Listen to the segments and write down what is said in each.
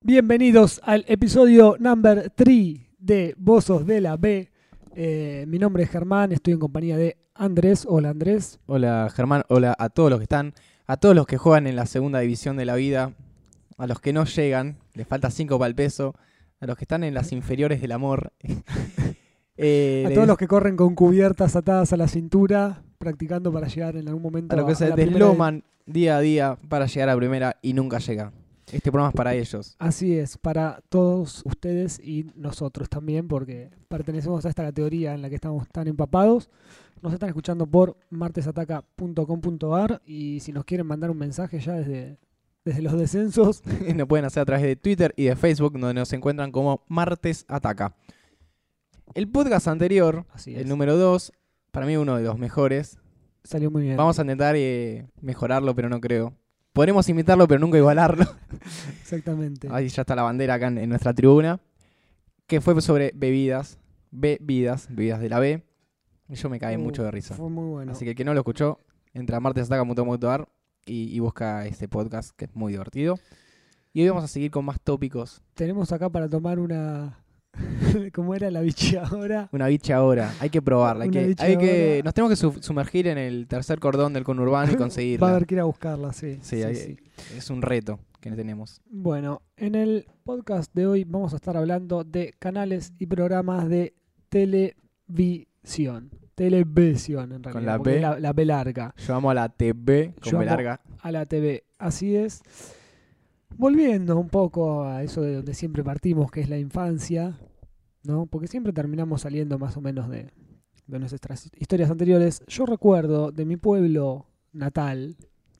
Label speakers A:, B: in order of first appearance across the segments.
A: Bienvenidos al episodio number 3 de Bozos de la B. Eh, mi nombre es Germán, estoy en compañía de Andrés. Hola Andrés.
B: Hola Germán, hola a todos los que están, a todos los que juegan en la segunda división de la vida, a los que no llegan, les falta 5 para el peso, a los que están en las inferiores del amor. Eh,
A: a
B: les-
A: todos los que corren con cubiertas atadas a la cintura, practicando para llegar en algún momento
B: a los que se
A: la primera
B: desloman día a día para llegar a primera y nunca llegan. Este programa es para ellos.
A: Así es, para todos ustedes y nosotros también, porque pertenecemos a esta categoría en la que estamos tan empapados. Nos están escuchando por martesataca.com.ar y si nos quieren mandar un mensaje ya desde, desde los descensos,
B: Lo pueden hacer a través de Twitter y de Facebook, donde nos encuentran como Martes Ataca. El podcast anterior,
A: así es,
B: el número 2, para mí uno de los mejores,
A: salió muy bien.
B: Vamos a intentar eh, mejorarlo, pero no creo. Podremos imitarlo, pero nunca igualarlo.
A: Exactamente.
B: Ahí ya está la bandera acá en, en nuestra tribuna. Que fue sobre bebidas. Bebidas, bebidas de la B. Y Yo me caí
A: Uh,
B: mucho de risa.
A: Fue muy bueno.
B: Así que el que no lo escuchó, entra a martesataca.com.ar y, y busca este podcast que es muy divertido. Y hoy vamos a seguir con más tópicos.
A: Tenemos acá para tomar una... ¿Cómo era la bicheadora?
B: Una bicha ahora. Hay que probarla. Hay
A: Una
B: que,
A: bicha
B: hay que-
A: ahora.
B: nos tenemos que su- sumergir en el tercer cordón del conurbano y
A: Va a
B: conseguirla.
A: haber que ir a buscarla, sí.
B: Sí, hay- Es un reto que tenemos.
A: Bueno, en el podcast de hoy vamos a estar hablando de canales y programas de televisión. Televisión, en realidad.
B: Con la
A: porque
B: B.
A: es La, la B larga.
B: Yo amo a la TV con
A: Yo
B: B
A: amo-
B: larga.
A: A la TV. Así es. Volviendo un poco a eso de donde siempre partimos, que es la infancia, ¿no? Porque siempre terminamos saliendo más o menos de, de nuestras historias anteriores. Yo recuerdo de mi pueblo natal,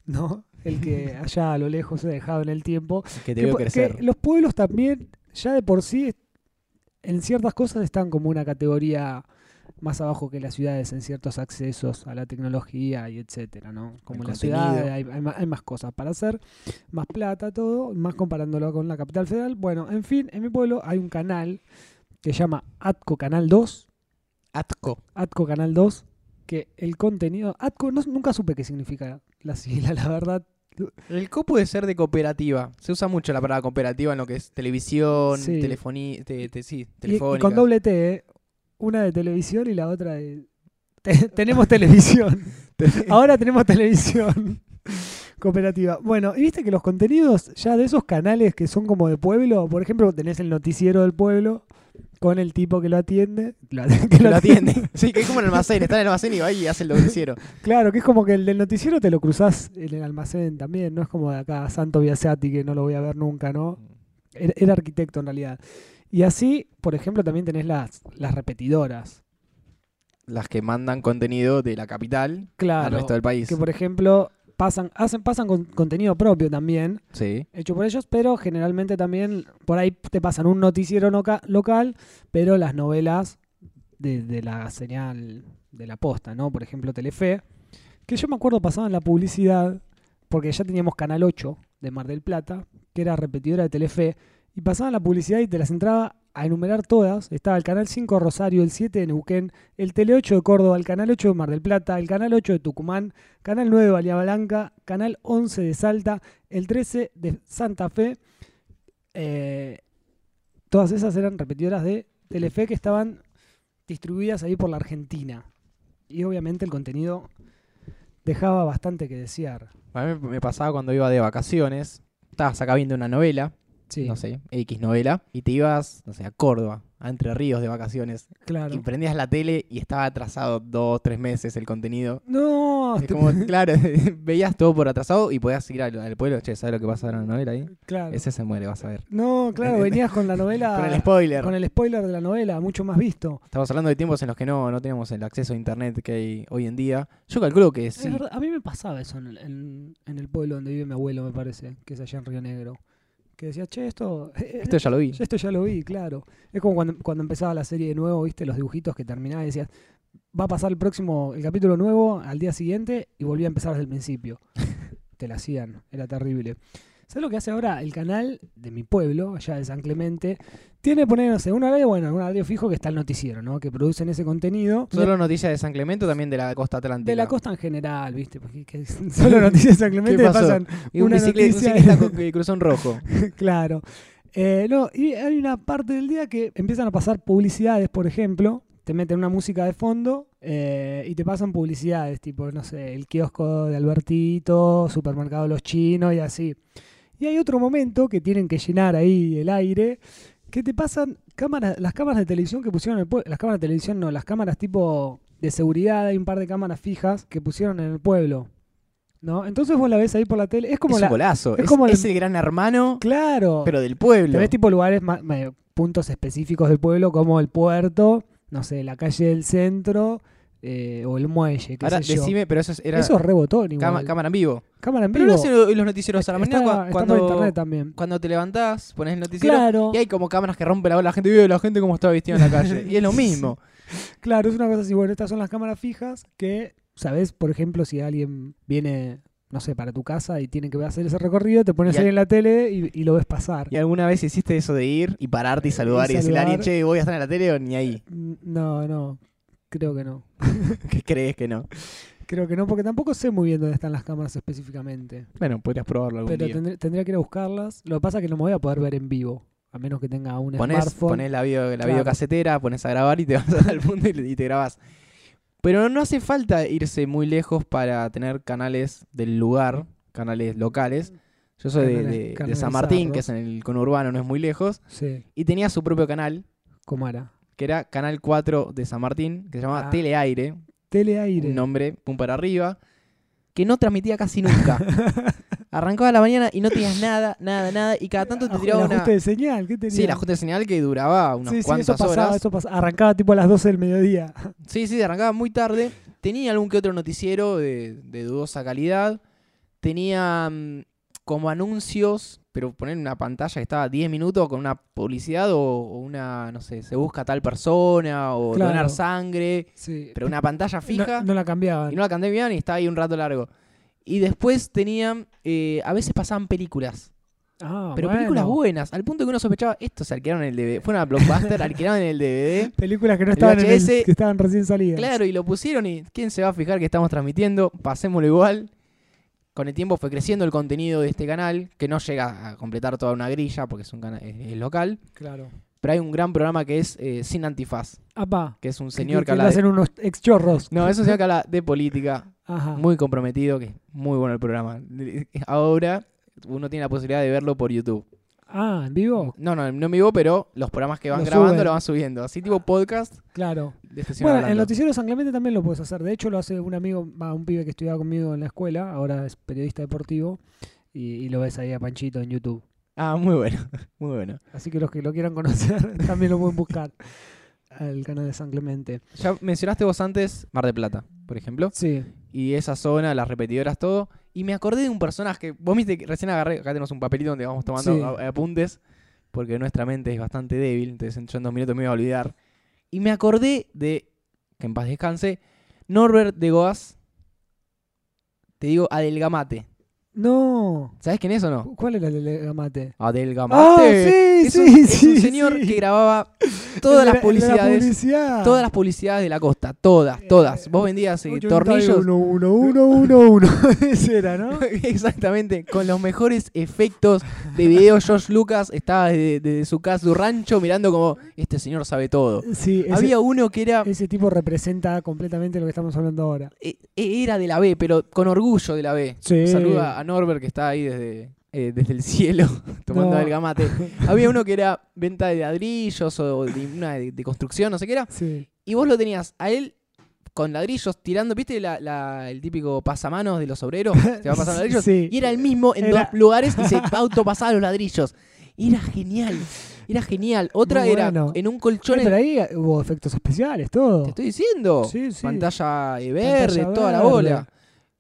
A: ¿no? El que allá a lo lejos se dejaba en el tiempo,
B: Que te
A: que
B: veo
A: po- que
B: crecer.
A: los pueblos también, ya de por sí, en ciertas cosas están como una categoría más abajo que las ciudades en ciertos accesos a la tecnología y etcétera, ¿no? Como en
B: El
A: la
B: contenido.
A: ciudad hay, hay ma- hay más cosas para hacer, más plata, todo, más comparándolo con la capital federal. Bueno, en fin, en mi pueblo hay un canal que se llama Atco Canal 2,
B: Atco.
A: Atco Canal 2, que el contenido... Atco, no- nunca supe qué significa la sigla, la verdad.
B: El co puede ser de cooperativa. Se usa mucho la palabra cooperativa en lo que es televisión,
A: Sí.
B: telefonía, sí,
A: Y- Y,
B: telefónica.
A: con doble T, ¿eh? una de televisión y la otra de... Te- tenemos televisión. Ahora tenemos televisión cooperativa. Bueno, y viste que los contenidos ya de esos canales que son como de pueblo, por ejemplo, tenés el noticiero del pueblo con el tipo que lo atiende. lo at- que
B: Que lo
A: lo
B: atiende. Sí, que es como en el almacén. Está en el almacén y va y hace lo que hicieron.
A: Claro, que es como que el del noticiero te lo cruzás en el almacén también, no es como de acá Santo Biasati que no lo voy a ver nunca, ¿no? Era, era arquitecto en realidad. Y así, por ejemplo, también tenés las, las repetidoras.
B: Las que mandan contenido de la capital
A: Claro.
B: al resto del país.
A: que por ejemplo pasan, hacen, pasan con contenido propio también,
B: Sí.
A: hecho por ellos, pero generalmente también por ahí te pasan un noticiero noca- local, pero las novelas de, de la señal de la posta, ¿no? Por ejemplo, Telefe, que yo me acuerdo pasaban la publicidad, porque ya teníamos Canal 8 de Mar del Plata, que era repetidora de Telefe, y pasaban la publicidad y te las entraba a enumerar todas. Estaba el Canal 5 de Rosario, el 7 de Neuquén, el Tele 8 de Córdoba, el Canal 8 de Mar del Plata, el Canal 8 de Tucumán, Canal 9 de Bahía Blanca, Canal 11 de Salta, el 13 de Santa Fe. eh, todas esas eran repetidoras de Telefe que estaban distribuidas ahí por la Argentina. Y obviamente el contenido dejaba bastante que desear.
B: A mí me pasaba cuando iba de vacaciones. Estabas acá viendo una novela,
A: Sí,
B: no sé, X novela, y te ibas, no sé, a Córdoba, a Entre Ríos de vacaciones.
A: claro.
B: Y prendías la tele y estaba atrasado dos, tres meses el contenido.
A: No,
B: Es
A: te-
B: como, claro, veías todo por atrasado y podías ir al, al pueblo. Che, ¿sabes lo que pasa en la novela ahí?
A: claro.
B: Ese se muere, vas a ver.
A: No, claro, venías con la novela.
B: Con el spoiler.
A: Ah. con el spoiler de la novela, mucho más visto.
B: Estamos hablando de tiempos en los que no, no tenemos el acceso a internet que hay hoy en día. Yo calculo que
A: Es
B: sí.
A: verdad, a mí me pasaba eso en el, en- en el pueblo donde vive mi abuelo, me parece, que es allá en Río Negro. Que decía, che, esto, eh,
B: Esto ya lo vi.
A: esto ya lo vi, claro. Es como cuando, cuando empezaba la serie de nuevo, viste, los dibujitos que terminaba y decías, va a pasar el próximo, el capítulo nuevo al día siguiente y volví a empezar desde el principio. Te la hacían, era terrible. ¿Sabes lo que hace ahora? El canal de mi pueblo, allá de San Clemente, tiene, poner, no sé, un horario, bueno, un horario fijo que está el noticiero, ¿no? Que producen ese contenido.
B: Solo noticias de San Clemente o también de la costa atlántica.
A: De la costa en general, ¿viste? Porque que- solo noticias de San Clemente
B: pasó?
A: pasan.
B: Y un,
A: una
B: bicicleta, un
A: noticia-
B: ciclista co- que cruzó un rojo.
A: Claro. Eh, no, y hay una parte del día que empiezan a pasar publicidades, por ejemplo. Te meten una música de fondo eh, y te pasan publicidades, tipo, no sé, el kiosco de Albertito, supermercado Los Chinos y así. Y hay otro momento que tienen que llenar ahí el aire, que te pasan cámaras, las cámaras de televisión que pusieron en el pueblo, las cámaras de televisión no, las cámaras tipo de seguridad, hay un par de cámaras fijas que pusieron en el pueblo. ¿No? Entonces vos la ves ahí por la tele, es como
B: es
A: la
B: un golazo.
A: es
B: Es,
A: como el-
B: es el gran hermano,
A: Claro.
B: pero del pueblo.
A: Te ves tipo lugares, ma- ma- puntos específicos del pueblo, como el puerto, no sé, la calle del centro eh, o el muelle, qué
B: Ahora,
A: sé yo.
B: decime, pero eso es- era
A: Eso es rebotón igual.
B: cama- cámara en vivo.
A: cámara en
B: Pero
A: vivo.
B: lo hacen los- los noticieros a la mañana
A: está,
B: cua-
A: está
B: cuando,
A: por internet también.
B: cuando te levantás, pones el noticiero
A: Claro,
B: y hay como cámaras que rompen la bola. La gente vive la gente como estaba vestida en la calle. y es lo mismo.
A: claro, es una cosa así. Bueno, estas son las cámaras fijas que, ¿sabes? Por ejemplo, si alguien viene, no sé, para tu casa y tiene que hacer ese recorrido, te pones
B: Y al-
A: ahí en la tele y, y lo ves pasar.
B: ¿Y alguna vez hiciste eso de ir y pararte y saludar y, decirle a alguien,
A: saludar.
B: che, voy a estar en la tele o ni ahí?
A: Mm, No, no, creo que no.
B: ¿Qué crees que no?
A: Creo que no, porque tampoco sé muy bien dónde están las cámaras específicamente.
B: Bueno, podrías probarlo algún
A: Pero
B: día.
A: tendré- tendría que ir a buscarlas. Lo que pasa es que no me voy a poder ver en vivo. A menos que tenga un
B: Ponés,
A: smartphone.
B: ponés la, video, la
A: Claro.
B: videocasetera, pones a grabar y te vas al punto y, y te grabás. Pero no hace falta irse muy lejos para tener canales del lugar, canales locales. Yo soy de-
A: Canales-
B: de, de
A: canales
B: San Martín,
A: bizarros.
B: que es en el conurbano, no es muy lejos,
A: Sí,
B: y tenía su propio canal,
A: ¿cómo era?
B: que era Canal 4 de San Martín, que se llamaba
A: Ah.
B: Teleaire,
A: Teleaire.
B: un nombre, pum para arriba, que no transmitía casi nunca. Arrancaba la mañana y no tenías nada, nada, nada, y cada tanto te
A: Aj-
B: tiraba
A: el
B: una...
A: ajuste de señal, ¿qué tenía?
B: Sí, el ajuste de señal que duraba unas
A: Sí, sí,
B: cuantas
A: eso pasaba,
B: horas.
A: eso pasaba. Arrancaba tipo a las 12 del mediodía.
B: Sí, sí, arrancaba muy tarde. Tenía algún que otro noticiero de, de dudosa calidad. Tenía mm, como anuncios, pero poner una pantalla que estaba 10 minutos con una publicidad o, o una, no sé, se busca tal persona o
A: Claro.
B: donar sangre,
A: Sí.
B: pero una pantalla fija
A: No, no la cambiaban.
B: y no la canté bien y estaba ahí un rato largo. Y después tenían, eh, a veces pasaban películas.
A: Ah,
B: Pero
A: bueno.
B: películas buenas, al punto que uno sospechaba, esto se alquilaron en el DVD, fueron a Blockbuster, alquilaron en el DVD.
A: Películas que no
B: El
A: estaban en el-
B: VHS.
A: que estaban recién salidas.
B: Claro, y lo pusieron y ¿quién se va a fijar que estamos transmitiendo? Pasémoslo igual. Con el tiempo fue creciendo el contenido de este canal, que no llega a completar toda una grilla porque es un canal es, es local.
A: Claro.
B: Pero hay un gran programa que es eh, Sin Antifaz,
A: Apa.
B: que es un señor
A: que,
B: que
A: le
B: habla de...
A: hacen unos ex chorros.
B: No, es un señor que habla de política,
A: Ajá.
B: muy comprometido, que es muy bueno el programa. Ahora uno tiene la posibilidad de verlo por YouTube.
A: Ah, ¿en vivo?
B: No, no, no en vivo, pero los programas que van
A: Lo
B: grabando
A: suben.
B: lo van subiendo. Así tipo podcast
A: Claro.
B: de este señor
A: Bueno, en el
B: hablando.
A: noticiero San Clemente también lo puedes hacer. De hecho, lo hace un amigo, va, un pibe que estudiaba conmigo en la escuela, ahora es periodista deportivo, y, y lo ves ahí a Panchito en YouTube.
B: Ah, muy bueno, muy bueno.
A: Así que los que lo quieran conocer también lo pueden buscar al canal de San Clemente.
B: Ya mencionaste vos antes Mar de Plata, por ejemplo,
A: Sí,
B: y esa zona, las repetidoras, todo. Y me acordé de un personaje. Vos viste que recién agarré, acá tenemos un papelito donde vamos tomando
A: Sí.
B: a- apuntes, porque nuestra mente es bastante débil, entonces en- yo en dos minutos me iba a olvidar. Y me acordé de, que en paz descanse, Norbert de Goas. Te digo, Adelgamate.
A: no.
B: ¿Sabés quién es o no?
A: ¿Cuál era el de Gamate?
B: Adelgamate.
A: Ah, sí,
B: es
A: sí,
B: un, es
A: sí,
B: un señor
A: sí.
B: que grababa todas
A: El de la- el
B: las
A: de la
B: publicidades.
A: publicidad.
B: Todas las publicidades de la costa, todas, todas. Vos vendías eh, tornillos.
A: 1, 1, 1, 1, 1. Ese era, ¿no?
B: Exactamente, con los mejores efectos de video. Josh Lucas estaba desde, desde su casa, su rancho, mirando como este señor sabe todo.
A: Sí, ese,
B: Había uno que era,
A: ese tipo representa completamente lo que estamos hablando ahora.
B: eh, era de la B, pero con orgullo de la B.
A: Sí.
B: Saluda a Norbert que está ahí desde, eh, desde el cielo tomando
A: No.
B: el gamate. Había uno que era venta de ladrillos o de, una de- de construcción, no sé qué era.
A: Sí.
B: Y vos lo tenías a él con ladrillos tirando, ¿viste la- la- el típico pasamanos de los obreros? Se va pasando ladrillos.
A: Sí.
B: Y era el mismo en
A: Era-
B: dos lugares y se autopasaba los ladrillos. Era genial. Era genial. Otra
A: Muy
B: era
A: bueno.
B: en un
A: Eh,
B: colchón. en-
A: pero ahí hubo efectos especiales, todo.
B: Te estoy diciendo.
A: Sí, sí.
B: Pantalla eh, verde,
A: Pantalla
B: toda la
A: verde.
B: bola.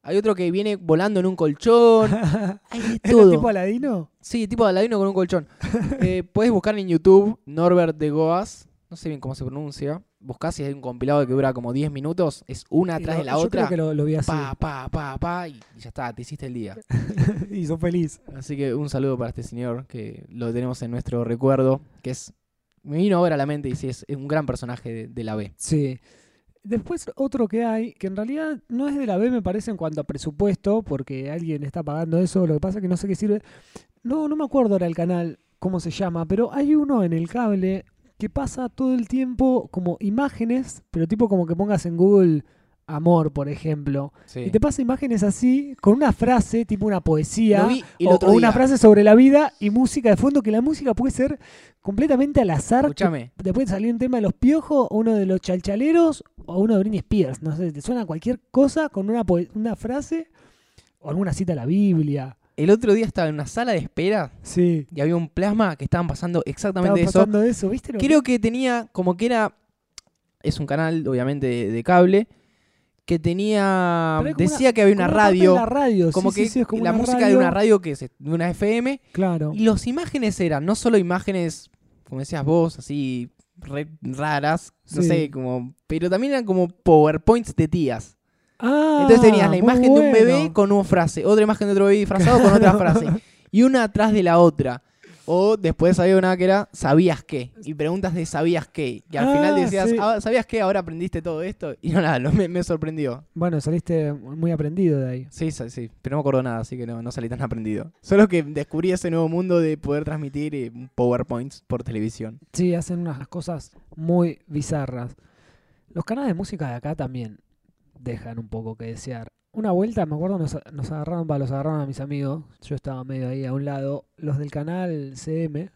B: Hay otro que viene volando en un colchón. Hay de
A: ¿Era
B: todo.
A: tipo Aladino?
B: Sí, tipo de Aladino con un colchón. eh, puedes buscar en YouTube Norbert de Goas. No sé bien cómo se pronuncia. Buscás si hay un compilado que dura como 10 minutos. Es una atrás
A: Y
B: de la
A: lo- yo
B: otra.
A: creo que lo, lo vi así.
B: Pa, pa, pa, pa. Y y ya está, te hiciste el día.
A: y son feliz.
B: Así que un saludo para este señor que lo tenemos en nuestro recuerdo. Que es. Me vino ahora a la mente y sí, es un gran personaje de, de la B.
A: Sí. Después otro que hay, que en realidad no es de la B, me parece, en cuanto a presupuesto, porque alguien está pagando eso, lo que pasa es que no sé qué sirve. No, no me acuerdo era el canal, cómo se llama, pero hay uno en el cable que pasa todo el tiempo como imágenes, pero tipo como que pongas en Google amor, por ejemplo,
B: Sí.
A: y te pasa imágenes así con una frase, tipo una poesía
B: Lo vi el
A: o,
B: otro
A: o una
B: día.
A: frase sobre la vida y música de fondo, que la música puede ser completamente al azar. que
B: Escúchame.
A: Te puede salir un tema de los piojos, o uno de los chalchaleros o uno de Britney Spears. No sé, te suena cualquier cosa con una, poe- una frase o alguna cita de la Biblia.
B: El otro día estaba en una sala de espera
A: Sí.
B: y había un plasma que estaban pasando
A: Estaba
B: exactamente eso.
A: pasando eso, ¿viste? Lo que-
B: Creo que tenía, como que era. Es un canal, obviamente, de, de cable. Que tenía.
A: Pero hay como
B: Decía que había una
A: como parte de
B: radio.
A: La radio,
B: como
A: sí, sí,
B: que
A: sí, es como
B: la
A: una
B: música de
A: radio.
B: una radio que es de una FM.
A: Claro.
B: Y las imágenes eran, no solo imágenes, como decías vos, así re raras, no
A: Sí.
B: sé, como. Pero también eran como PowerPoints de tías.
A: Ah,
B: Entonces tenías la
A: muy
B: imagen de un bebé
A: bueno.
B: con una frase, otra imagen de otro bebé disfrazado con otra frase. Y una atrás de la otra. O después había una que era ¿sabías qué? Y preguntas de ¿sabías qué? Y al
A: Ah,
B: final decías
A: sí.
B: "Ah, ¿sabías qué? Ahora aprendiste todo esto. Y no, nada, lo- me, me sorprendió.
A: Bueno, saliste muy aprendido de ahí.
B: Sí, sí, sí. Pero no me acuerdo nada, así que no, no salí tan aprendido. Solo que descubrí ese nuevo mundo de poder transmitir eh, PowerPoints por televisión.
A: Sí, hacen unas cosas muy bizarras. Los canales de música de acá también dejan un poco que desear. Una vuelta, me acuerdo, nos, nos agarraron, va, los agarraron a mis amigos. Yo estaba medio ahí a un lado. Los del canal CM,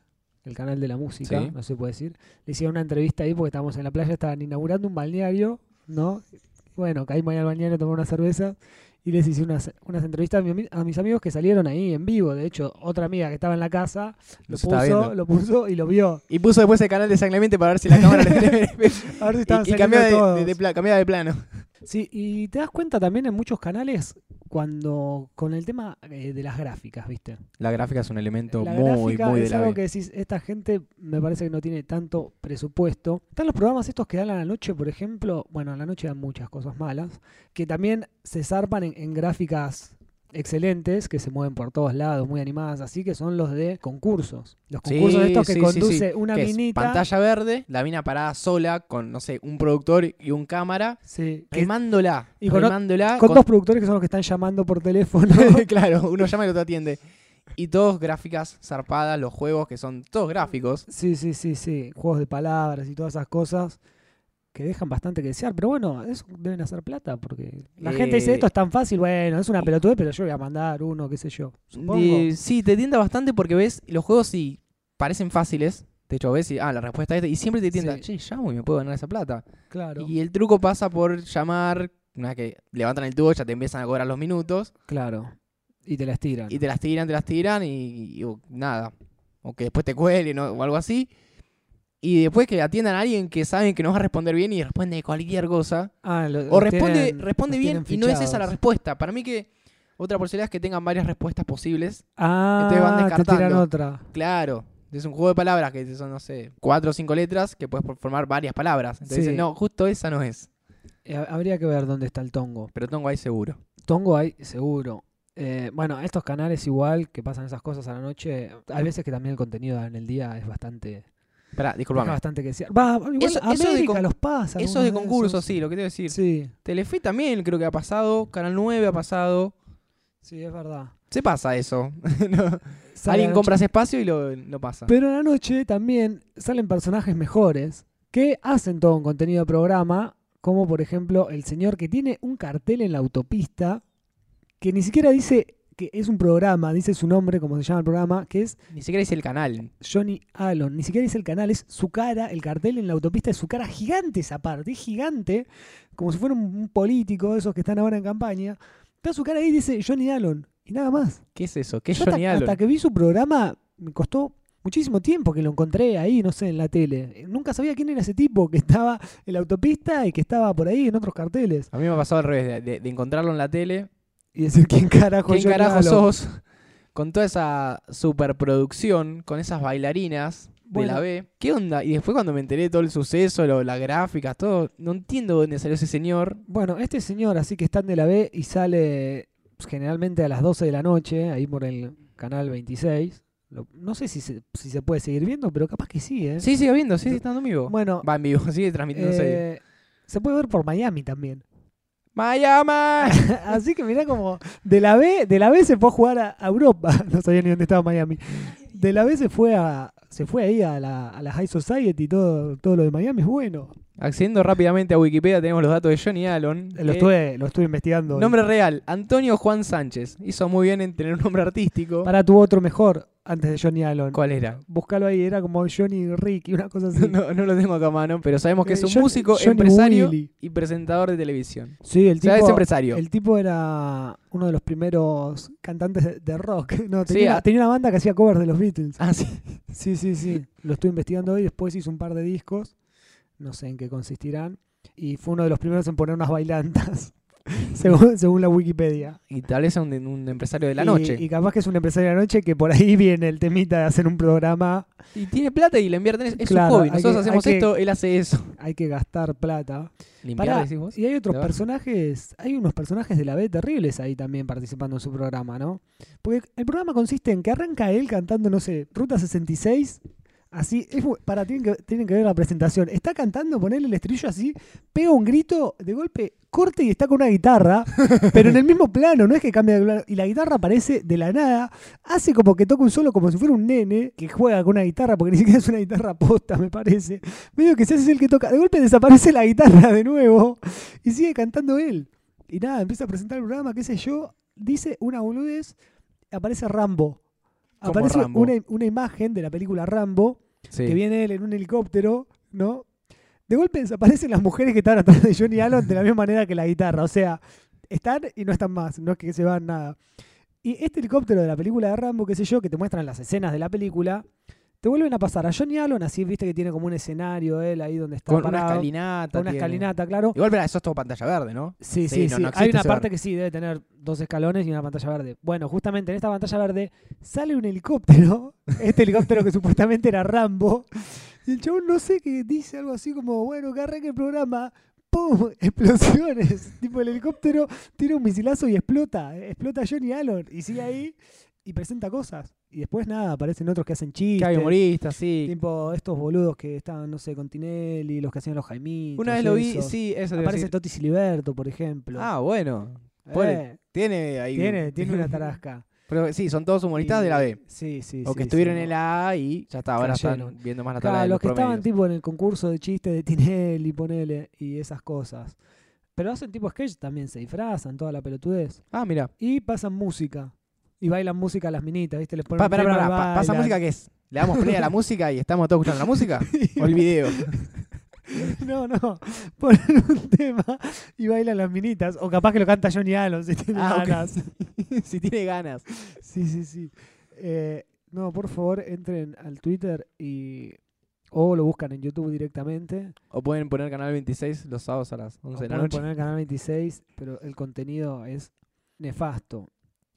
A: el canal de la música,
B: Sí.
A: no se puede decir. Le hicieron una entrevista ahí porque estábamos en la playa, estaban inaugurando un balneario, ¿no? Bueno, caímos ahí al balneario a tomar una cerveza y les hice unas, unas entrevistas a, mi ami- a mis amigos que salieron ahí en vivo. De hecho, otra amiga que estaba en la casa lo
B: Los estaba
A: puso,
B: viendo.
A: lo puso y lo vio.
B: Y puso después el canal de San Clemente para ver si la cámara le
A: A ver si estaban
B: Y, y
A: saliendo
B: cambiaba de-
A: todos.
B: de- de pla- cambiaba de plano.
A: Sí, y te das cuenta también en muchos canales cuando con el tema eh, de las gráficas, ¿viste?
B: La gráfica es un elemento
A: La
B: muy,
A: gráfica
B: muy de
A: es
B: la
A: algo
B: B.
A: que decís, esta gente me parece que no tiene tanto presupuesto. Están los programas estos que dan a la noche, por ejemplo, bueno, a la noche dan muchas cosas malas, que también se zarpan en, en gráficas excelentes, que se mueven por todos lados, muy animadas, así que son los de concursos. Los
B: Sí,
A: concursos estos que
B: sí, sí, sí.
A: conduce una
B: que es
A: minita.
B: pantalla verde, la mina parada sola con, no sé, un productor y un cámara,
A: Sí, que-
B: quemándola,
A: y con o-
B: remándola,
A: con
B: con-
A: dos productores que son los que están llamando por teléfono.
B: claro, uno llama y el otro atiende. Y todos gráficas zarpadas, los juegos que son todos gráficos.
A: Sí, sí, sí, sí. Juegos de palabras y todas esas cosas que dejan bastante que desear. Pero bueno, eso deben hacer plata porque la gente dice
B: Eh,
A: esto es tan fácil. Bueno, es una pelotudez, pero yo voy a mandar uno, qué sé yo. Supongo.
B: Eh, sí, te tienta bastante porque ves, los juegos sí parecen fáciles. De hecho, ves y, ah, la respuesta es esta. Y siempre te tienta,
A: Sí.
B: che, llamo y me puedo ganar esa plata.
A: claro,
B: Y el truco pasa por llamar, una vez que levantan el tubo ya te empiezan a cobrar los minutos.
A: claro. Y te la estiran.
B: Y te las tiran, te las tiran y, y- o nada. O que después te cuelen o, o algo así. Y después que atiendan a alguien que saben que no va a responder bien y responde cualquier cosa.
A: Ah, lo-
B: O
A: los
B: responde,
A: tienen-
B: responde
A: los
B: bien
A: tienen
B: y no es esa la
A: fichados.
B: respuesta. Para mí que otra posibilidad es que tengan varias respuestas posibles.
A: Ah,
B: Entonces van
A: te tiran
B: descartando.
A: otra.
B: Claro. Es un juego de palabras que son, no sé, cuatro o cinco letras que puedes por- formar varias palabras. Entonces
A: Sí.
B: dicen, no, justo esa no es.
A: Eh, Habría que ver dónde está el tongo.
B: Pero tengo ahí seguro.
A: Tongo hay seguro. Eh, bueno, estos canales igual que pasan esas cosas a la noche, hay veces que también el contenido en el día es bastante
B: Pará,
A: Deja
B: disculpame.
A: bastante que decir. Va, igual
B: Eso- eso de
A: América
B: con-
A: los pasa.
B: Eso es de
A: algunos
B: concursos,
A: esos.
B: sí, lo que te voy a decir.
A: Sí,
B: Telefe también creo que ha pasado. Canal 9 ha pasado.
A: sí, es verdad.
B: Se pasa eso. No.
A: Sale a
B: Alguien
A: la
B: compra ese espacio y lo, lo pasa.
A: noche. Pero en la noche también salen personajes mejores que hacen todo un contenido de programa, como por ejemplo el señor que tiene un cartel en la autopista que ni siquiera dice que es un programa, dice su nombre, como se llama el programa, que es
B: Ni siquiera dice el canal.
A: Johnny Allen. Ni siquiera dice el canal, es su cara, el cartel en la autopista es su cara gigante esa parte, es gigante, como si fuera un, un político de esos que están ahora en campaña. Está su cara ahí y dice Johnny Allen y nada más.
B: ¿Qué es eso? ¿Qué es
A: Yo hasta,
B: Johnny Allen?
A: hasta que vi su programa me costó muchísimo tiempo que lo encontré ahí, no sé, en la tele. Nunca sabía quién era ese tipo que estaba en la autopista y que estaba por ahí en otros carteles.
B: A mí me ha pasado al revés, de, de- de encontrarlo en la tele.
A: Y decir quién carajo es
B: ¿Quién
A: Johnny
B: carajo
A: Allen?".
B: sos? Con toda esa superproducción, con esas bailarinas
A: Bueno.
B: de la B. ¿Qué onda? Y después cuando me enteré de todo el suceso, lo- las gráficas, todo, no entiendo dónde salió ese señor.
A: Bueno, este señor así que está en de la B y sale pues, generalmente a las 12 de la noche, ahí por el canal 26. Lo- no sé si se, si se puede seguir viendo, pero capaz que sí, ¿eh?
B: Sí, sigue viendo, sigue estando en vivo.
A: Bueno,
B: Va en vivo, sigue transmitiéndose.
A: eh, se puede ver por Miami también.
B: ¡Miami!
A: así que mirá como de la B, de la B se fue a jugar a, a Europa. No sabía ni dónde estaba Miami. de la vez se fue a se fue ahí a la, a la High Society todo todo lo de Miami es bueno.
B: Accediendo rápidamente a Wikipedia, tenemos los datos de Johnny Allen.
A: Lo
B: que-
A: estuve lo estuve investigando.
B: Nombre real, Antonio Juan Sánchez. Hizo muy bien en tener un nombre artístico.
A: Para tuvo otro mejor antes de Johnny Allen.
B: ¿Cuál era?
A: Búscalo ahí, era como Johnny Rick y una cosa así.
B: No, no lo tengo acá a mano, pero sabemos que es un
A: Eh, Johnny-
B: músico,
A: Johnny
B: empresario
A: Willy.
B: y presentador de televisión.
A: Sí, el
B: O sea, es
A: tipo
B: empresario.
A: el tipo era uno de los primeros cantantes de, de rock. No,
B: Sí,
A: tenía, una-
B: a-
A: tenía una banda que hacía covers de los Beatles.
B: Ah, sí.
A: Sí, sí, sí. Lo estuve investigando hoy. Después hizo un par de discos. No sé en qué consistirán. Y fue uno de los primeros en poner unas bailantas. según, según la Wikipedia.
B: Y tal vez es un, un empresario de la
A: Y-
B: noche.
A: Y, capaz que es un empresario de la noche que por ahí viene el temita de hacer un programa.
B: Y, tiene plata y le invierte en eso. Es
A: Claro,
B: su hobby.
A: hay
B: Nosotros
A: que-
B: hacemos
A: hay que-
B: esto, él hace eso.
A: Hay que gastar plata.
B: ¿Limpiar,
A: Pará,
B: decís vos?
A: Y hay otros
B: ¿Te vas?
A: personajes. Hay unos personajes de la B terribles ahí también participando en su programa, ¿no? Porque el programa consiste en que arranca él cantando, no sé, Ruta 66. Así, es mu- para, tienen que, tienen que ver la presentación. Está cantando, ponerle el estribillo así, pega un grito, de golpe corte y está con una guitarra, pero en el mismo plano, no es que cambia de plano. Y la guitarra aparece de la nada, hace como que toca un solo como si fuera un nene que juega con una guitarra, porque ni siquiera es una guitarra posta, me parece. Medio que se hace el que toca. De golpe desaparece la guitarra de nuevo y sigue cantando él. Y nada, empieza a presentar el programa, qué sé yo, dice una boludez, aparece Rambo.
B: ¿Cómo
A: Aparece
B: Rambo?
A: Una, una imagen de la película Rambo,
B: Sí.
A: que viene él en un helicóptero, ¿no? De golpe desaparecen las mujeres que estaban atrás de Johnny Allen de la misma manera que la guitarra. O sea, están y no están más, no es que se van nada. Y este helicóptero de la película de Rambo, qué sé yo, que te muestran las escenas de la película, te vuelven a pasar a Johnny Allen, así viste que tiene como un escenario él ahí donde está
B: Con una
A: parado.
B: escalinata.
A: con una
B: tiene.
A: escalinata, claro.
B: Igual, pero eso es todo pantalla verde, ¿no?
A: Sí,
B: Sí,
A: sí, sí.
B: no, no existe
A: Hay una
B: ese
A: parte
B: bar.
A: que sí, debe tener dos escalones y una pantalla verde. Bueno, justamente en esta pantalla verde sale un helicóptero, este helicóptero que supuestamente era Rambo, y el chabón no sé qué dice algo así como, bueno, que arranque el programa. ¡Pum! Explosiones. tipo, el helicóptero tira un misilazo y explota. Explota Johnny Allen y sigue ahí y presenta cosas. Y después nada, aparecen otros que hacen
B: Que
A: chistes.
B: hay humorista, sí.
A: Tipo, estos boludos que estaban, no sé, con Tinelli, los que hacían los Jaimitos.
B: Una vez lo vi,
A: esos.
B: sí, eso te iba a
A: Aparece
B: decir.
A: Toti Siliberto, por ejemplo.
B: Ah, bueno. pobre.
A: Eh,
B: Tiene ahí.
A: tiene, tiene una tarasca.
B: Pero sí, son todos humoristas
A: Y-
B: de la B.
A: Sí, sí,
B: O que
A: sí,
B: estuvieron
A: sí,
B: en
A: no.
B: la A y ya está, ahora están
A: Cayeron.
B: viendo más la tabla
A: Claro,
B: de
A: los
B: los
A: que estaban
B: promedios.
A: tipo en el concurso de chistes de Tinelli, ponele, y esas cosas. Pero hacen tipo sketch también, se disfrazan, toda la pelotudez.
B: Ah, mira.
A: Y pasan música. Y bailan música a las minitas, ¿viste? Les ponen
B: Pa,
A: un
B: pará,
A: tema y
B: pará, pa- ¿Pasa música
A: bailan.
B: qué es? ¿Le damos play a la música y estamos todos escuchando la música? ¿O el video?
A: No, no. Ponen un tema y bailan las minitas. O capaz que lo canta Johnny Allen, si tiene
B: Ah, ok.
A: ganas.
B: si tiene ganas.
A: Sí, sí, sí. Eh, no, por favor, entren al Twitter y. O lo buscan en YouTube directamente.
B: O pueden poner Canal 26 los sábados a las
A: O
B: 11 de la
A: pueden
B: noche.
A: poner el canal 26, pero el contenido es nefasto.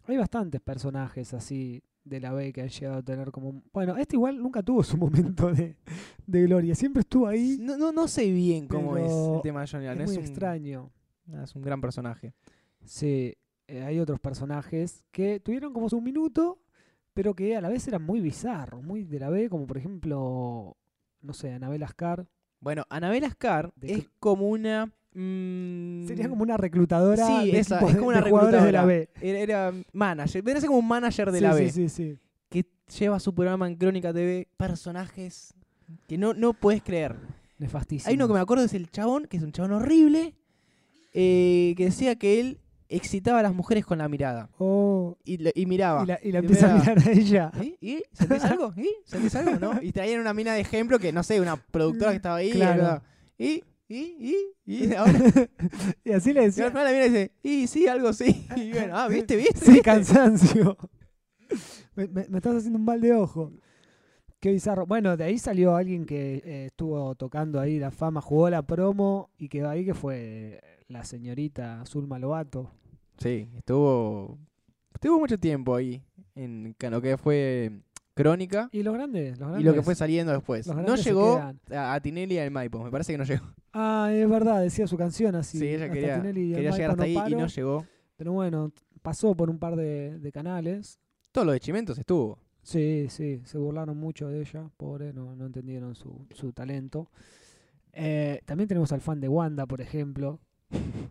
A: Hay bastantes personajes así de la B que han llegado a tener como. un- Bueno, este igual nunca tuvo su momento de, de gloria. Siempre estuvo ahí.
B: No, no, no sé bien cómo es
A: Pero
B: el tema de Johnny Allen.
A: es muy
B: un,
A: extraño.
B: ah, es un gran personaje.
A: Sí, eh, hay otros personajes que tuvieron como su minuto, pero que a la vez eran muy bizarros, muy de la B, como por ejemplo, no sé, Anabel Ascar.
B: Bueno, Anabel Ascar
A: De
B: es
A: cr-
B: como una... mm,
A: Sería como una reclutadora
B: Sí,
A: de
B: esa,
A: equipos
B: es
A: de-
B: como una
A: de jugadores de la
B: reclutadora.
A: B.
B: Era, era manager. Vendría a ser como un manager de
A: Sí,
B: la
A: sí,
B: B.
A: sí, sí.
B: que lleva su programa en Crónica TV, personajes que no, no puedes creer.
A: Nefastísimo.
B: Hay uno que me acuerdo es el chabón, que es un chabón horrible, eh, que decía que él excitaba a las mujeres con la mirada.
A: Oh,
B: Y, le- y miraba.
A: y la, y la
B: Y
A: empieza a
B: miraba.
A: mirar a ella.
B: ¿Eh? ¿Y? ¿Sentís algo? ¿Y? ¿Sentís algo? ¿No? Y traían una mina de ejemplo que, no sé, una productora que estaba ahí.
A: Claro.
B: era, ¿Y? ¿Y? ¿Y? ¿Y? Ahora,
A: Y así le
B: y al
A: decía,
B: final la mina dice, ¿y? Sí, algo sí. Y bueno, ah, ¿viste? ¿Viste?
A: sí,
B: ¿Viste?
A: cansancio. Me, me- me estás haciendo un mal de ojo. Qué bizarro. Bueno, de ahí salió alguien que eh, estuvo tocando ahí la fama, jugó la promo y quedó ahí, que fue eh, la señorita Zulma Lobato.
B: Sí, estuvo. Estuvo mucho tiempo ahí. En ca- lo que fue Crónica.
A: Y los grandes, los grandes.
B: Y lo que fue saliendo después.
A: Los
B: No
A: grandes se
B: llegó
A: quedan.
B: a, a Tinelli y al Maipo. Me parece que no llegó.
A: Ah, es verdad, decía su canción así.
B: Sí, ella
A: hasta
B: quería,
A: Tinelli y
B: quería
A: Amaipo
B: llegar hasta
A: no
B: ahí y
A: paro.
B: no llegó.
A: Pero bueno, pasó por un par de- de canales.
B: Todo lo de Chimentos estuvo.
A: Sí, sí, se burlaron mucho de ella, pobre, no, no entendieron su, su talento. Eh, también tenemos al fan de Wanda, por ejemplo.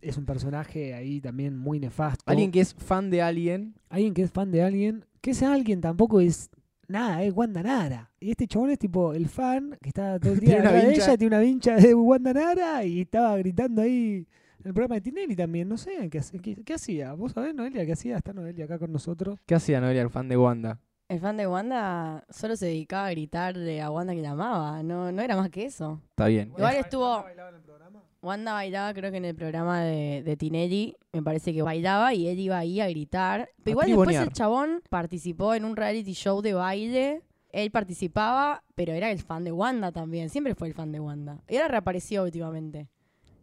A: Es un personaje ahí también muy nefasto.
B: Alguien que es fan de alguien.
A: Alguien que es fan de alguien, que ese alguien tampoco es nada, es Wanda Nara. Y este chabón es tipo el fan que está todo el
B: Tiene
A: día
B: una
A: atrás de
B: vincha.
A: ella, tiene una vincha de Wanda Nara y estaba gritando ahí en el programa de Tinelli también. No sé, ¿qué, hace- qué- qué hacía? ¿Vos sabés, Noelia, qué hacía? Está Noelia acá con nosotros.
B: ¿Qué hacía Noelia, el fan de Wanda?
C: El fan de Wanda solo se dedicaba a gritarle a Wanda que la amaba. No, no era más que eso.
B: Está bien.
C: Igual estuvo. Wanda bailaba, creo que en el programa de, de Tinelli, me parece que bailaba y él iba ahí a gritar. Pero
B: A
C: igual
B: tribonear.
C: después el chabón participó en un reality show de baile. Él participaba, pero era el fan de Wanda también. Siempre fue el fan de Wanda. Y ahora reapareció últimamente.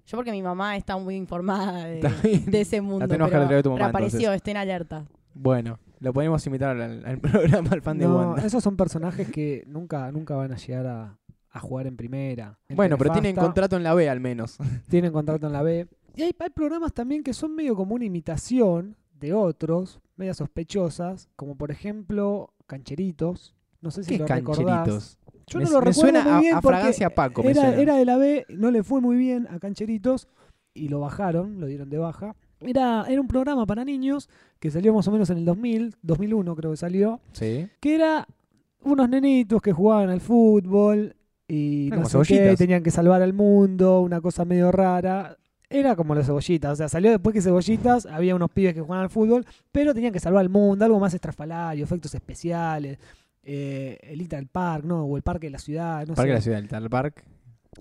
C: Yo porque mi mamá está muy informada de,
B: Está
A: eh,
B: bien.
C: de ese mundo.
B: tenemos que
C: pero
B: retraer a tu mamá,
C: reapareció,
B: entonces.
C: estén alerta.
B: Bueno, lo podemos invitar al, al programa al fan de
A: No,
B: Wanda.
A: esos son personajes que nunca, nunca van a llegar a, a jugar en primera. En
B: Bueno, pero tienen
A: Telefasta.
B: contrato en la B al menos.
A: tienen contrato en la B. Y hay, hay programas también que son medio como una imitación de otros, media sospechosas, como por ejemplo Cancheritos. No sé si
B: ¿Qué
A: lo recordás.
B: cancheritos?
A: Yo
B: me,
A: no lo
B: me
A: recuerdo
B: suena
A: muy
B: a-
A: bien
B: a,
A: porque
B: Fragancia Paco. me
A: Era,
B: suena.
A: era de la B, no le fue muy bien a Cancheritos y lo bajaron, lo dieron de baja. Era, era un programa para niños que salió más o menos en el 2000, 2001 creo que salió,
B: Sí.
A: que era unos nenitos que jugaban al fútbol y
B: Eran
A: no
B: como
A: sé qué,
B: cebollitas.
A: tenían que salvar al mundo, una cosa medio rara. Era como las cebollitas, o sea, salió después que cebollitas, había unos pibes que jugaban al fútbol, pero tenían que salvar al mundo, algo más estrafalario, efectos especiales, eh, el Little Park, ¿no? O el Parque de la Ciudad, no
B: Parque de
A: sé.
B: la Ciudad, el Tal Park.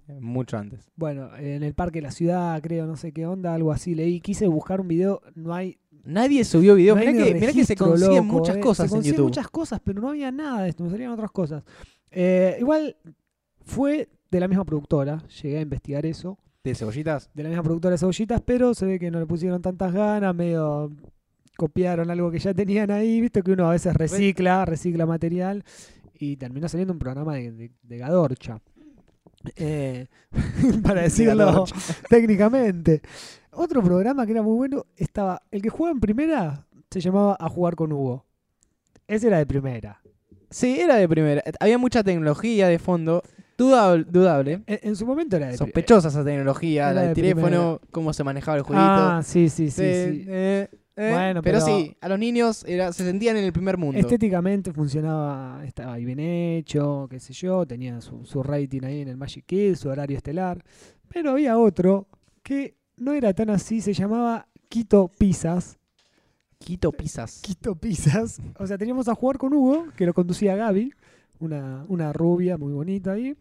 B: eh, Mucho antes.
A: Bueno, en el Parque de la Ciudad, creo, no sé qué onda, algo así. Leí, quise buscar un video, no hay
B: Nadie subió video.
A: no hay
B: mirá,
A: ni
B: que, mirá que se
A: registro,
B: consiguen
A: loco,
B: muchas
A: eh.
B: cosas
A: se
B: en
A: consiguen
B: YouTube.
A: muchas cosas, pero no había nada de esto, me salían otras cosas. Eh, igual fue de la misma productora, llegué a investigar eso,
B: ¿De cebollitas?
A: de la misma productora de cebollitas, pero se ve que no le pusieron tantas ganas, medio copiaron algo que ya tenían ahí, visto que uno a veces recicla, recicla material, y terminó saliendo un programa de, de, de Gadorcha. Eh, para decirlo
B: Gadorcha.
A: técnicamente. Otro programa que era muy bueno estaba. El que jugaba en primera se llamaba A jugar con Hugo. Ese era de primera.
B: Sí, era de primera. Eh, Había mucha tecnología de fondo. Dudable. dudable.
A: E, En, en su momento era de pri-
B: Sospechosa esa tecnología,
A: Era
B: la
A: de
B: del teléfono, cómo se manejaba el jueguito.
A: Ah, sí, sí, sí.
B: Eh,
A: sí.
B: eh, eh.
A: Bueno, pero-
B: pero,
A: Este
B: sí, a los niños era, se sentían en el primer mundo.
A: Estéticamente funcionaba, estaba ahí bien hecho, qué sé yo, tenía su, su rating ahí en el Magic Kids, su horario estelar. Pero había otro que no era tan así, se llamaba Quito Pizzas.
B: Quito Pisas.
A: Quito Pizzas. O sea, teníamos a jugar con Hugo, que lo conducía Gaby, una, una rubia muy bonita ahí.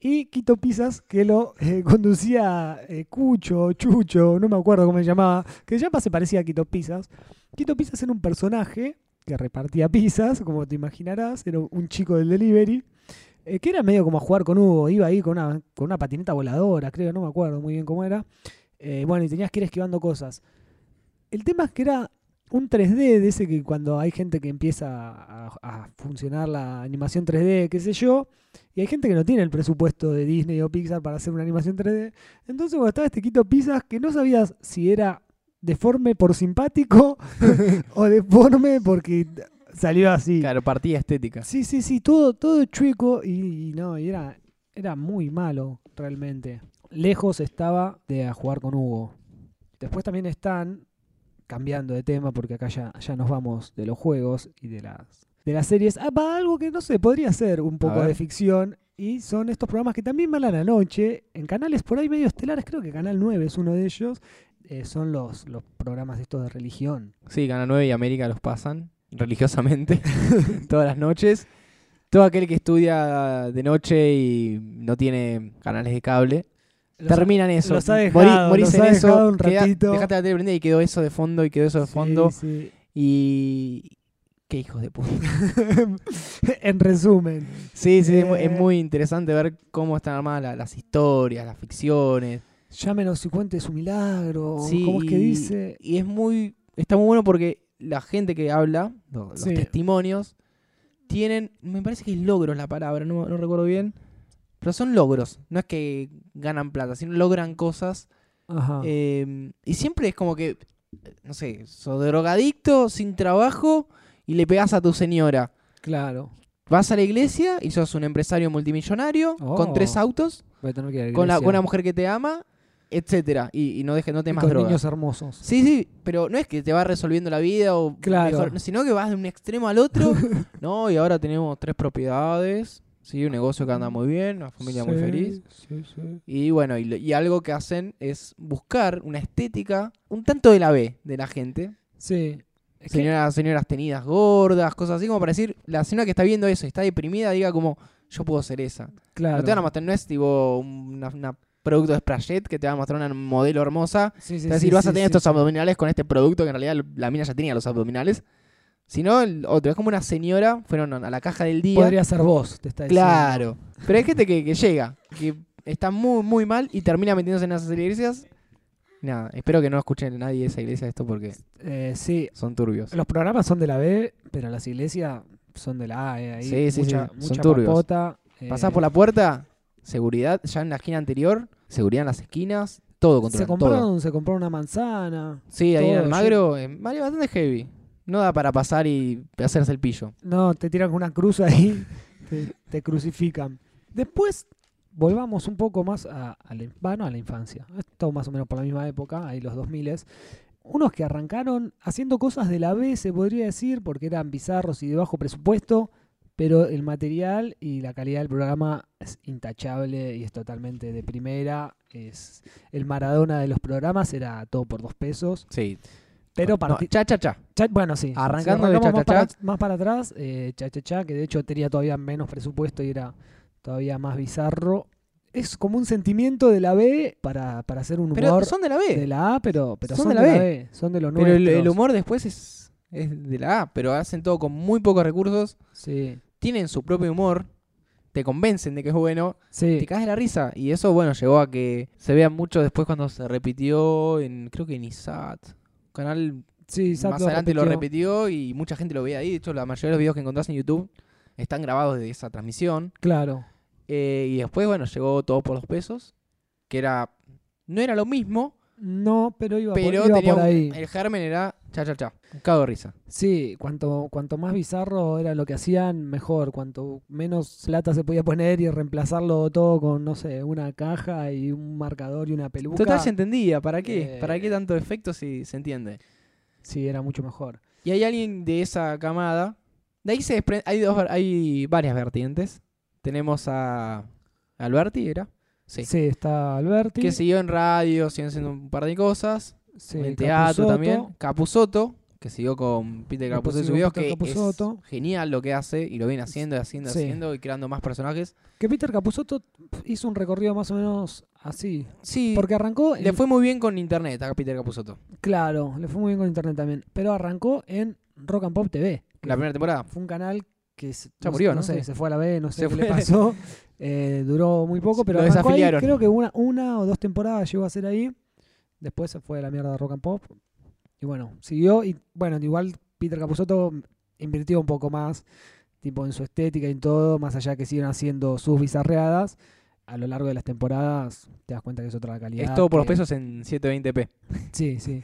A: Y Quito Pizzas, que lo eh, conducía eh, Cucho, Chucho, no me acuerdo cómo se llamaba, que ya se parecía a Quito Pizzas. Quito Pizzas era un personaje que repartía pizzas, como te imaginarás, era un chico del delivery, eh, que era medio como a jugar con Hugo, iba ahí con una, con una patineta voladora, creo, no me acuerdo muy bien cómo era. Eh, bueno, y tenías que ir esquivando cosas. El tema es que era un 3D de ese que cuando hay gente que empieza a, a funcionar la animación 3D, qué sé yo, y hay gente que no tiene el presupuesto de Disney o Pixar para hacer una animación 3D. Entonces, cuando estaba este Quito Pizzas, que no sabías si era deforme por simpático o deforme porque salió así.
B: Claro, partida estética.
A: Sí, sí, sí, todo, todo chueco y, y no, y era, era muy malo realmente. Lejos estaba de a jugar con Hugo. Después también están, cambiando de tema porque acá ya, ya nos vamos de los juegos y de las, de las series, ah, va algo que no sé, podría ser un poco
B: ver.
A: de ficción. Y son estos programas que también van a la noche, en canales por ahí medio estelares, creo que Canal 9 es uno de ellos, eh, son los, los programas estos de religión.
B: Sí, Canal 9 y América los pasan religiosamente todas las noches. Todo aquel que estudia de noche y no tiene canales de cable,
A: Los-
B: terminan eso.
A: los ha
B: Morí-
A: dejado,
B: morís
A: los
B: en
A: ha
B: eso,
A: dejado un
B: queda-
A: ratito.
B: dejaste la tele prendida y quedó eso de fondo y quedó eso de
A: Sí,
B: fondo.
A: sí.
B: Y. Qué hijos de puta.
A: en resumen.
B: Sí, sí, es, mu- es
A: Eh.
B: muy interesante ver cómo están armadas la- las historias, las ficciones.
A: Llámenos y cuente su milagro.
B: Sí,
A: ¿Cómo es que
B: y-
A: dice?
B: Y es muy. Está muy bueno porque la gente que habla, lo- los
A: Sí.
B: testimonios, tienen. Me parece que es logros la palabra, no, no recuerdo bien. Pero son logros. No es que ganan plata, sino logran cosas.
A: Ajá.
B: eh, y siempre es como que. No sé, sos drogadicto, sin trabajo y le pegas a tu señora.
A: claro.
B: Vas a la iglesia y sos un empresario multimillonario
A: Oh.
B: con tres autos,
A: Voy a tener que ir a la
B: con, la-
A: iglesia.
B: con una mujer que te ama etcétera. Y, y no deje, no
A: Y
B: temas
A: con
B: drogas.
A: niños hermosos.
B: Sí, sí, pero no es que te va resolviendo la vida o
A: Claro.
B: mejor, sino que vas de un extremo al otro. no, y ahora tenemos tres propiedades, sí, un negocio que anda muy bien, una familia muy
A: Sí,
B: feliz.
A: sí, sí.
B: Y bueno, y, lo- y algo que hacen es buscar una estética un tanto de la B de la gente.
A: Sí. Es que-
B: Señoras, señoras tenidas gordas, cosas así, como para decir, la señora que está viendo eso y está deprimida, diga como, yo puedo ser esa.
A: claro.
B: No te van a mostrar, no es tipo una, una producto de Sprayette que te va a mostrar una modelo hermosa
A: Sí, sí,
B: es
A: sí,
B: decir, vas
A: sí,
B: a tener
A: sí.
B: estos abdominales con este producto que en realidad la mina ya tenía los abdominales. Sino el otro, es como una señora, fueron a la caja del día.
A: Podría ser vos, te está diciendo.
B: ¿eh? claro. Pero hay gente que, que llega, que está muy, muy mal y termina metiéndose en esas iglesias. Nada, espero que no escuchen nadie de esa iglesia esto porque
A: Eh, sí,
B: son turbios.
A: los programas son de la B, pero las iglesias son de la A. eh, ahí
B: Sí, sí,
A: mucha,
B: sí, son
A: mucha
B: turbios.
A: papota, eh,
B: Pasás por la puerta, seguridad, ya en la esquina anterior, seguridad en las esquinas, todo
A: Se
B: controlado. todo.
A: compraron, se compraron una manzana.
B: Sí, ahí en
A: todo,
B: Almagro, en- vale, bastante heavy. No da para pasar y hacerse el pillo.
A: No, te tiran con una cruz ahí, te, te crucifican. Después, volvamos un poco más a, a la, va, no, a la infancia. Esto más o menos por la misma época, ahí los 2000. Unos que arrancaron haciendo cosas de la B, se podría decir, porque eran bizarros y de bajo presupuesto, pero el material y la calidad del programa es intachable y es totalmente de primera. Es el Maradona de los programas era todo por dos pesos,
B: Sí.
A: pero
B: No,
A: parti-
B: cha, cha, cha.
A: Cha- bueno, sí.
B: Arrancando
A: Si
B: de
A: arrancamos
B: cha, cha,
A: más, para, más para atrás, eh, cha, cha, cha, que de hecho tenía todavía menos presupuesto y era todavía más bizarro. Es como un sentimiento de la B para, para hacer un
B: Pero
A: humor
B: son de la B.
A: de la A, pero, pero son, de, la, B. Son de lo nuevo.
B: pero el, el humor después es, es de la A, pero hacen todo con muy pocos recursos,
A: Sí,
B: tienen su propio humor, te convencen de que es bueno, te
A: sí.
B: caes de la risa. Y eso, bueno, llevó a que se vea mucho después cuando se repitió en, creo que en ISAT. Canal
A: sí Isaac
B: más adelante lo
A: repitió.
B: repitió y mucha gente lo veía ahí. De hecho, la mayoría de los videos que encontrás en YouTube están grabados de esa transmisión.
A: Claro.
B: Eh, y después, bueno, llegó todo por los pesos, que era. No era lo mismo,
A: No, pero iba, por-
B: pero
A: iba por,
B: tenía un- eh,
A: ahí.
B: el germen era cha cha cha, un cago de risa.
A: Sí, cuanto, cuanto más bizarro era lo que hacían, mejor. Cuanto menos plata se podía poner y reemplazarlo todo con, no sé, una caja y un marcador y una peluca.
B: Total se entendía, ¿para qué?
A: Eh.
B: ¿Para qué tanto efecto si se entiende?
A: Sí, era mucho mejor.
B: Y hay alguien de esa camada. De ahí se despre- hay dos ver- hay varias vertientes. Tenemos a Alberti, era. Sí.
A: Sí, está Alberti.
B: Que siguió en radio, siguen haciendo un par de cosas.
A: sí,
B: en teatro
A: Capusotto.
B: también. Capusotto, que siguió con Peter
A: Después
B: Capusotto y sus
A: siguió
B: videos,
A: con
B: que
A: Peter Capusotto.
B: es genial lo que hace y lo viene haciendo y haciendo y
A: Sí.
B: haciendo y creando más personajes.
A: Que Peter Capusotto pf, hizo un recorrido más o menos así.
B: Sí,
A: Porque arrancó. en-
B: le fue muy bien con internet a Peter Capusotto.
A: Claro, le fue muy bien con internet también. Pero arrancó en Rock and Pop TV. que
B: La primera temporada.
A: Fue un canal que se,
B: Ya murió,
A: sé,
B: ¿no?
A: sé,
B: Sí.
A: se fue a la B, no sé
B: Se
A: qué le
B: fue.
A: pasó. Eh, duró muy poco, pero
B: Lo
A: arrancó ahí,
B: desafiliaron.
A: creo que una, una o dos temporadas llegó a ser ahí. Después se fue a la mierda de Rock and Pop. Y bueno, siguió. Y bueno, igual Peter Capusotto invirtió un poco más, tipo en su estética y en todo, más allá que sigan haciendo sus bizarreadas. A lo largo de las temporadas te das cuenta que es otra calidad.
B: Es todo por los
A: que-
B: pesos en 720p.
A: Sí, sí.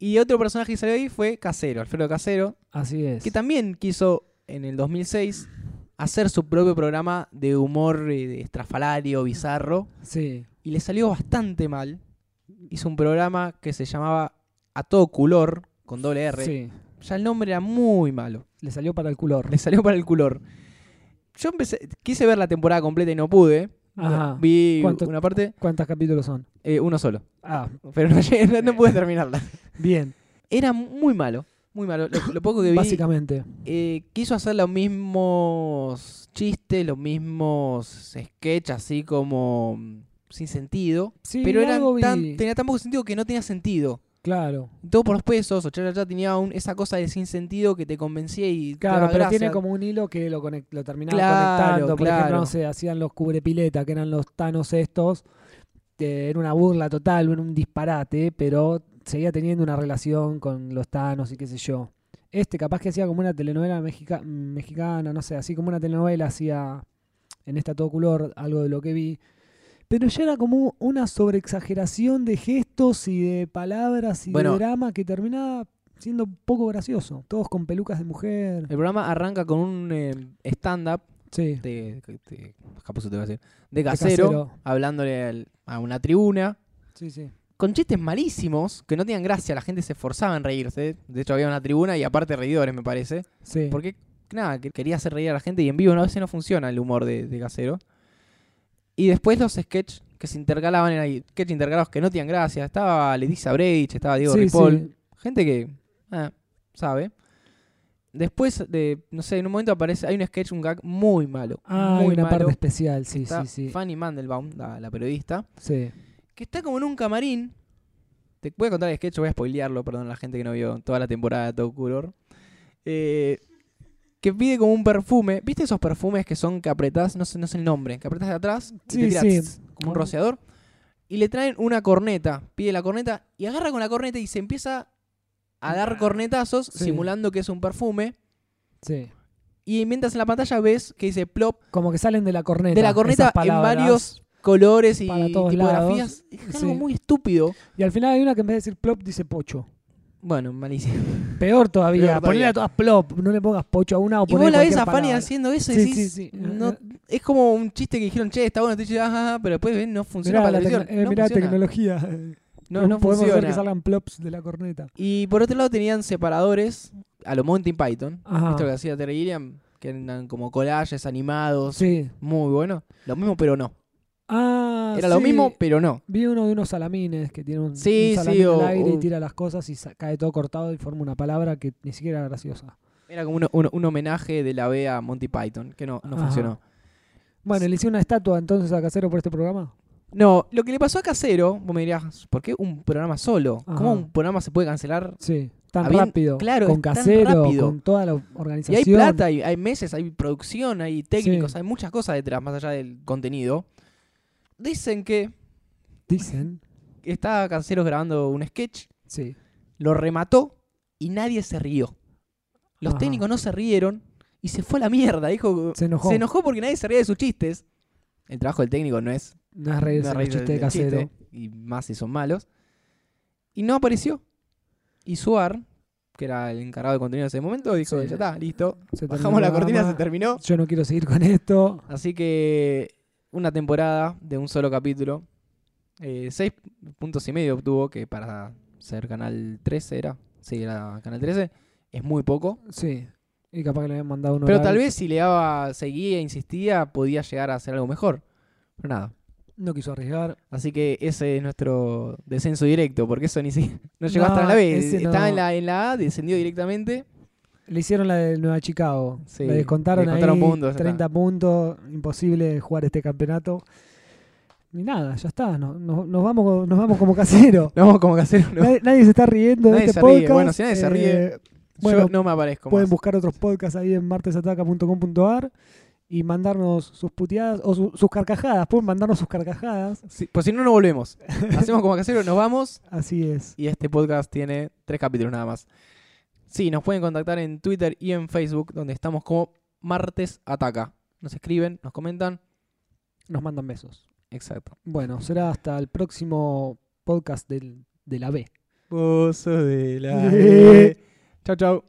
B: Y otro personaje que salió ahí fue Casero, Alfredo Casero,
A: Así es.
B: que también quiso en el 2006 hacer su propio programa de humor eh, de estrafalario, bizarro,
A: Sí.
B: y le salió bastante mal. Hizo un programa que se llamaba A todo culor, con doble R.
A: Sí.
B: Ya el nombre era muy malo,
A: Le salió para el culor.
B: le salió para el culor. Yo empecé, quise ver la temporada completa y no pude.
A: Ajá.
B: Vi
A: Ah, ¿Cuánto-
B: una parte,
A: ¿Cuántos capítulos son?
B: eh, uno solo,
A: Ah,
B: pero no, llegué- no
A: Eh.
B: pude terminarla.
A: bien.
B: Era muy malo, muy malo. Lo, lo poco que vi
A: Básicamente.
B: eh, quiso hacer los mismos chistes, los mismos sketches así como mm, sin sentido,
A: Sí,
B: pero eran
A: algo vi.
B: tan, tenía tan poco sentido que no tenía sentido.
A: Claro,
B: Todo por los pesos, o ya tenía un- esa cosa de sin sentido que te convencía y te
A: claro,
B: daba
A: pero tiene
B: gracia.
A: como un hilo que lo, conec- lo terminaban
B: Claro,
A: conectando. Por ejemplo,
B: claro.
A: no sé, hacían los cubrepileta, que eran los tanos estos. Eh, era una burla total, era un disparate, pero seguía teniendo una relación con los tanos y qué sé yo. Este capaz que hacía como una telenovela mexica- mexicana, no sé, así como una telenovela hacía en esta todo color, algo de lo que vi. Pero ya era como una sobreexageración de gestos y de palabras y
B: Bueno.
A: de drama que terminaba siendo un poco gracioso. Todos con pelucas de mujer.
B: El programa arranca con un eh, stand-up
A: Sí.
B: de, de, Capuzzo te iba a decir, de casero,
A: Casero.
B: hablándole al- a una tribuna
A: Sí, sí.
B: con chistes malísimos que no tenían gracia, la gente se esforzaba en reírse. De hecho, había una tribuna y aparte reidores, me parece.
A: Sí.
B: Porque, nada, que- quería hacer reír a la gente y en vivo no, a veces no funciona el humor de, de Casero. Y después los sketches que se intercalaban, eran sketches intercalados que no tenían gracia. Estaba Leticia Breich, estaba Diego
A: Sí,
B: Ripoll.
A: sí.
B: Gente que ah, sabe. Después de, no sé, en un momento aparece, hay un sketch, un gag muy malo.
A: Ah, hay
B: muy
A: una
B: malo.
A: parte especial, sí,
B: Está
A: sí, sí.
B: Fanny Mandelbaum, la- la periodista,
A: Sí.
B: que está como en un camarín. Te voy a contar el sketch, voy a spoilearlo, perdón a la gente que no vio toda la temporada de Todo Curor. Eh, que pide como un perfume. ¿Viste esos perfumes que son que apretás, no sé, no sé el nombre, que apretás de atrás, y
A: Sí,
B: te tira
A: sí.
B: tss, como un rociador? Y le traen una corneta, pide la corneta y agarra con la corneta y se empieza a dar cornetazos
A: Sí.
B: simulando que es un perfume.
A: Sí.
B: Y mientras en la pantalla ves que dice plop
A: Como que salen de la corneta.
B: de la corneta
A: esas palabras.
B: en varios colores y
A: para todos
B: tipografías. Es algo
A: Sí.
B: muy estúpido.
A: Y al final hay una que en vez de decir plop dice pocho.
B: Bueno, malísimo.
A: Peor todavía.
B: Peor todavía.
A: Ponle a todas plop. No le pongas pocho a una o
B: Y
A: ponle
B: vos la ves
A: cualquier
B: a Fanny
A: palabra.
B: haciendo eso y
A: Sí,
B: decís,
A: sí, sí. Eh,
B: no- es como un chiste que dijeron, che, está bueno, te dije, "Ajá, ajá", ah", pero después ven, no funciona
A: Mirá
B: para la
A: la tecno-
B: televisión.
A: eh,
B: no
A: mirá la
B: funciona.
A: tecnología.
B: No, no
A: podemos hacer
B: funciona.
A: que salgan plops de la corneta.
B: Y por otro lado tenían separadores a lo Monty Python.
A: Ajá.
B: Esto que hacía Terry Gilliam, que eran como collages animados.
A: Sí.
B: Muy bueno. Lo mismo, pero no.
A: Ah,
B: Era lo
A: sí.
B: mismo, pero no.
A: Vi uno de unos salamines que tiene un, un
B: Sí, sí,
A: salamín
B: o-
A: al aire
B: o-
A: y tira las cosas y sa- cae todo cortado y forma una palabra que ni siquiera era graciosa.
B: Era como un, un- un homenaje de la B a Monty Python, que no, no
A: Ajá.
B: funcionó.
A: Bueno, le hice una estatua entonces a Casero por este programa.
B: No, lo que le pasó a Casero, vos me dirías, ¿por qué un programa solo? ¿Cómo
A: Ajá.
B: un programa se puede cancelar
A: Sí, tan
B: Habían-
A: rápido.
B: claro,
A: con
B: es tan
A: Casero,
B: rápido.
A: con toda la
B: Y
A: organización.
B: hay plata, hay, hay meses, hay producción, hay técnicos, hay muchas cosas detrás, más allá del contenido. Dicen que
A: Dicen.
B: estaba Canceros grabando un sketch,
A: Sí.
B: lo remató y nadie se rió. Los
A: Ajá.
B: técnicos no se rieron y se fue a la mierda. Dijo,
A: Se enojó.
B: se enojó porque nadie se ría de sus chistes. El trabajo del técnico no es
A: No es reírse,
B: no
A: no
B: reírse
A: chiste de
B: del chiste,
A: Casero.
B: y más si son malos. Y no apareció. Y Suar, que era el encargado de contenido en ese momento, dijo,
A: Sí.
B: ya está, listo.
A: Se terminó
B: Bajamos la
A: el
B: cortina, se
A: programa.
B: terminó.
A: Yo no quiero seguir con esto.
B: Así que una temporada de un solo capítulo. Eh, seis puntos y medio obtuvo, que para ser Canal 13 era. Sí, era Canal 13. Es muy poco.
A: Sí. Y capaz que le habían mandado uno.
B: Pero tal vez si le daba, seguía, insistía, podía llegar a hacer algo mejor. Pero nada.
A: No quiso arriesgar.
B: Así que ese es nuestro descenso directo, porque eso ni siquiera. No llegó hasta
A: No,
B: la B.
A: ese
B: Estaba
A: no.
B: en, la, en la A, descendió directamente.
A: Le hicieron la de Nueva Chicago.
B: Sí,
A: le descontaron,
B: le descontaron
A: ahí
B: puntos, ya
A: 30 puntos. Imposible jugar este campeonato. Y nada, ya está. no- no- nos, vamos, nos vamos como casero.
B: No, como que hacer uno.
A: Nadie, nadie se está riendo
B: Nadie
A: de este
B: se ríe.
A: podcast.
B: Bueno, si nadie se ríe,
A: bueno,
B: Yo no me aparezco.
A: pueden
B: más.
A: buscar otros podcasts ahí en martesataca.com.ar y mandarnos sus puteadas o su- sus carcajadas. Pueden mandarnos sus carcajadas.
B: Sí, pues si no, no volvemos. Hacemos como casero, nos vamos.
A: Así es.
B: Y este podcast tiene tres capítulos nada más. Sí, nos pueden contactar en Twitter y en Facebook, donde estamos como Martes Ataca. Nos escriben, nos comentan.
A: Nos mandan besos.
B: Exacto.
A: Bueno, será hasta el próximo podcast del, de la B.
B: Vos de la...
A: E.
B: chau, chau.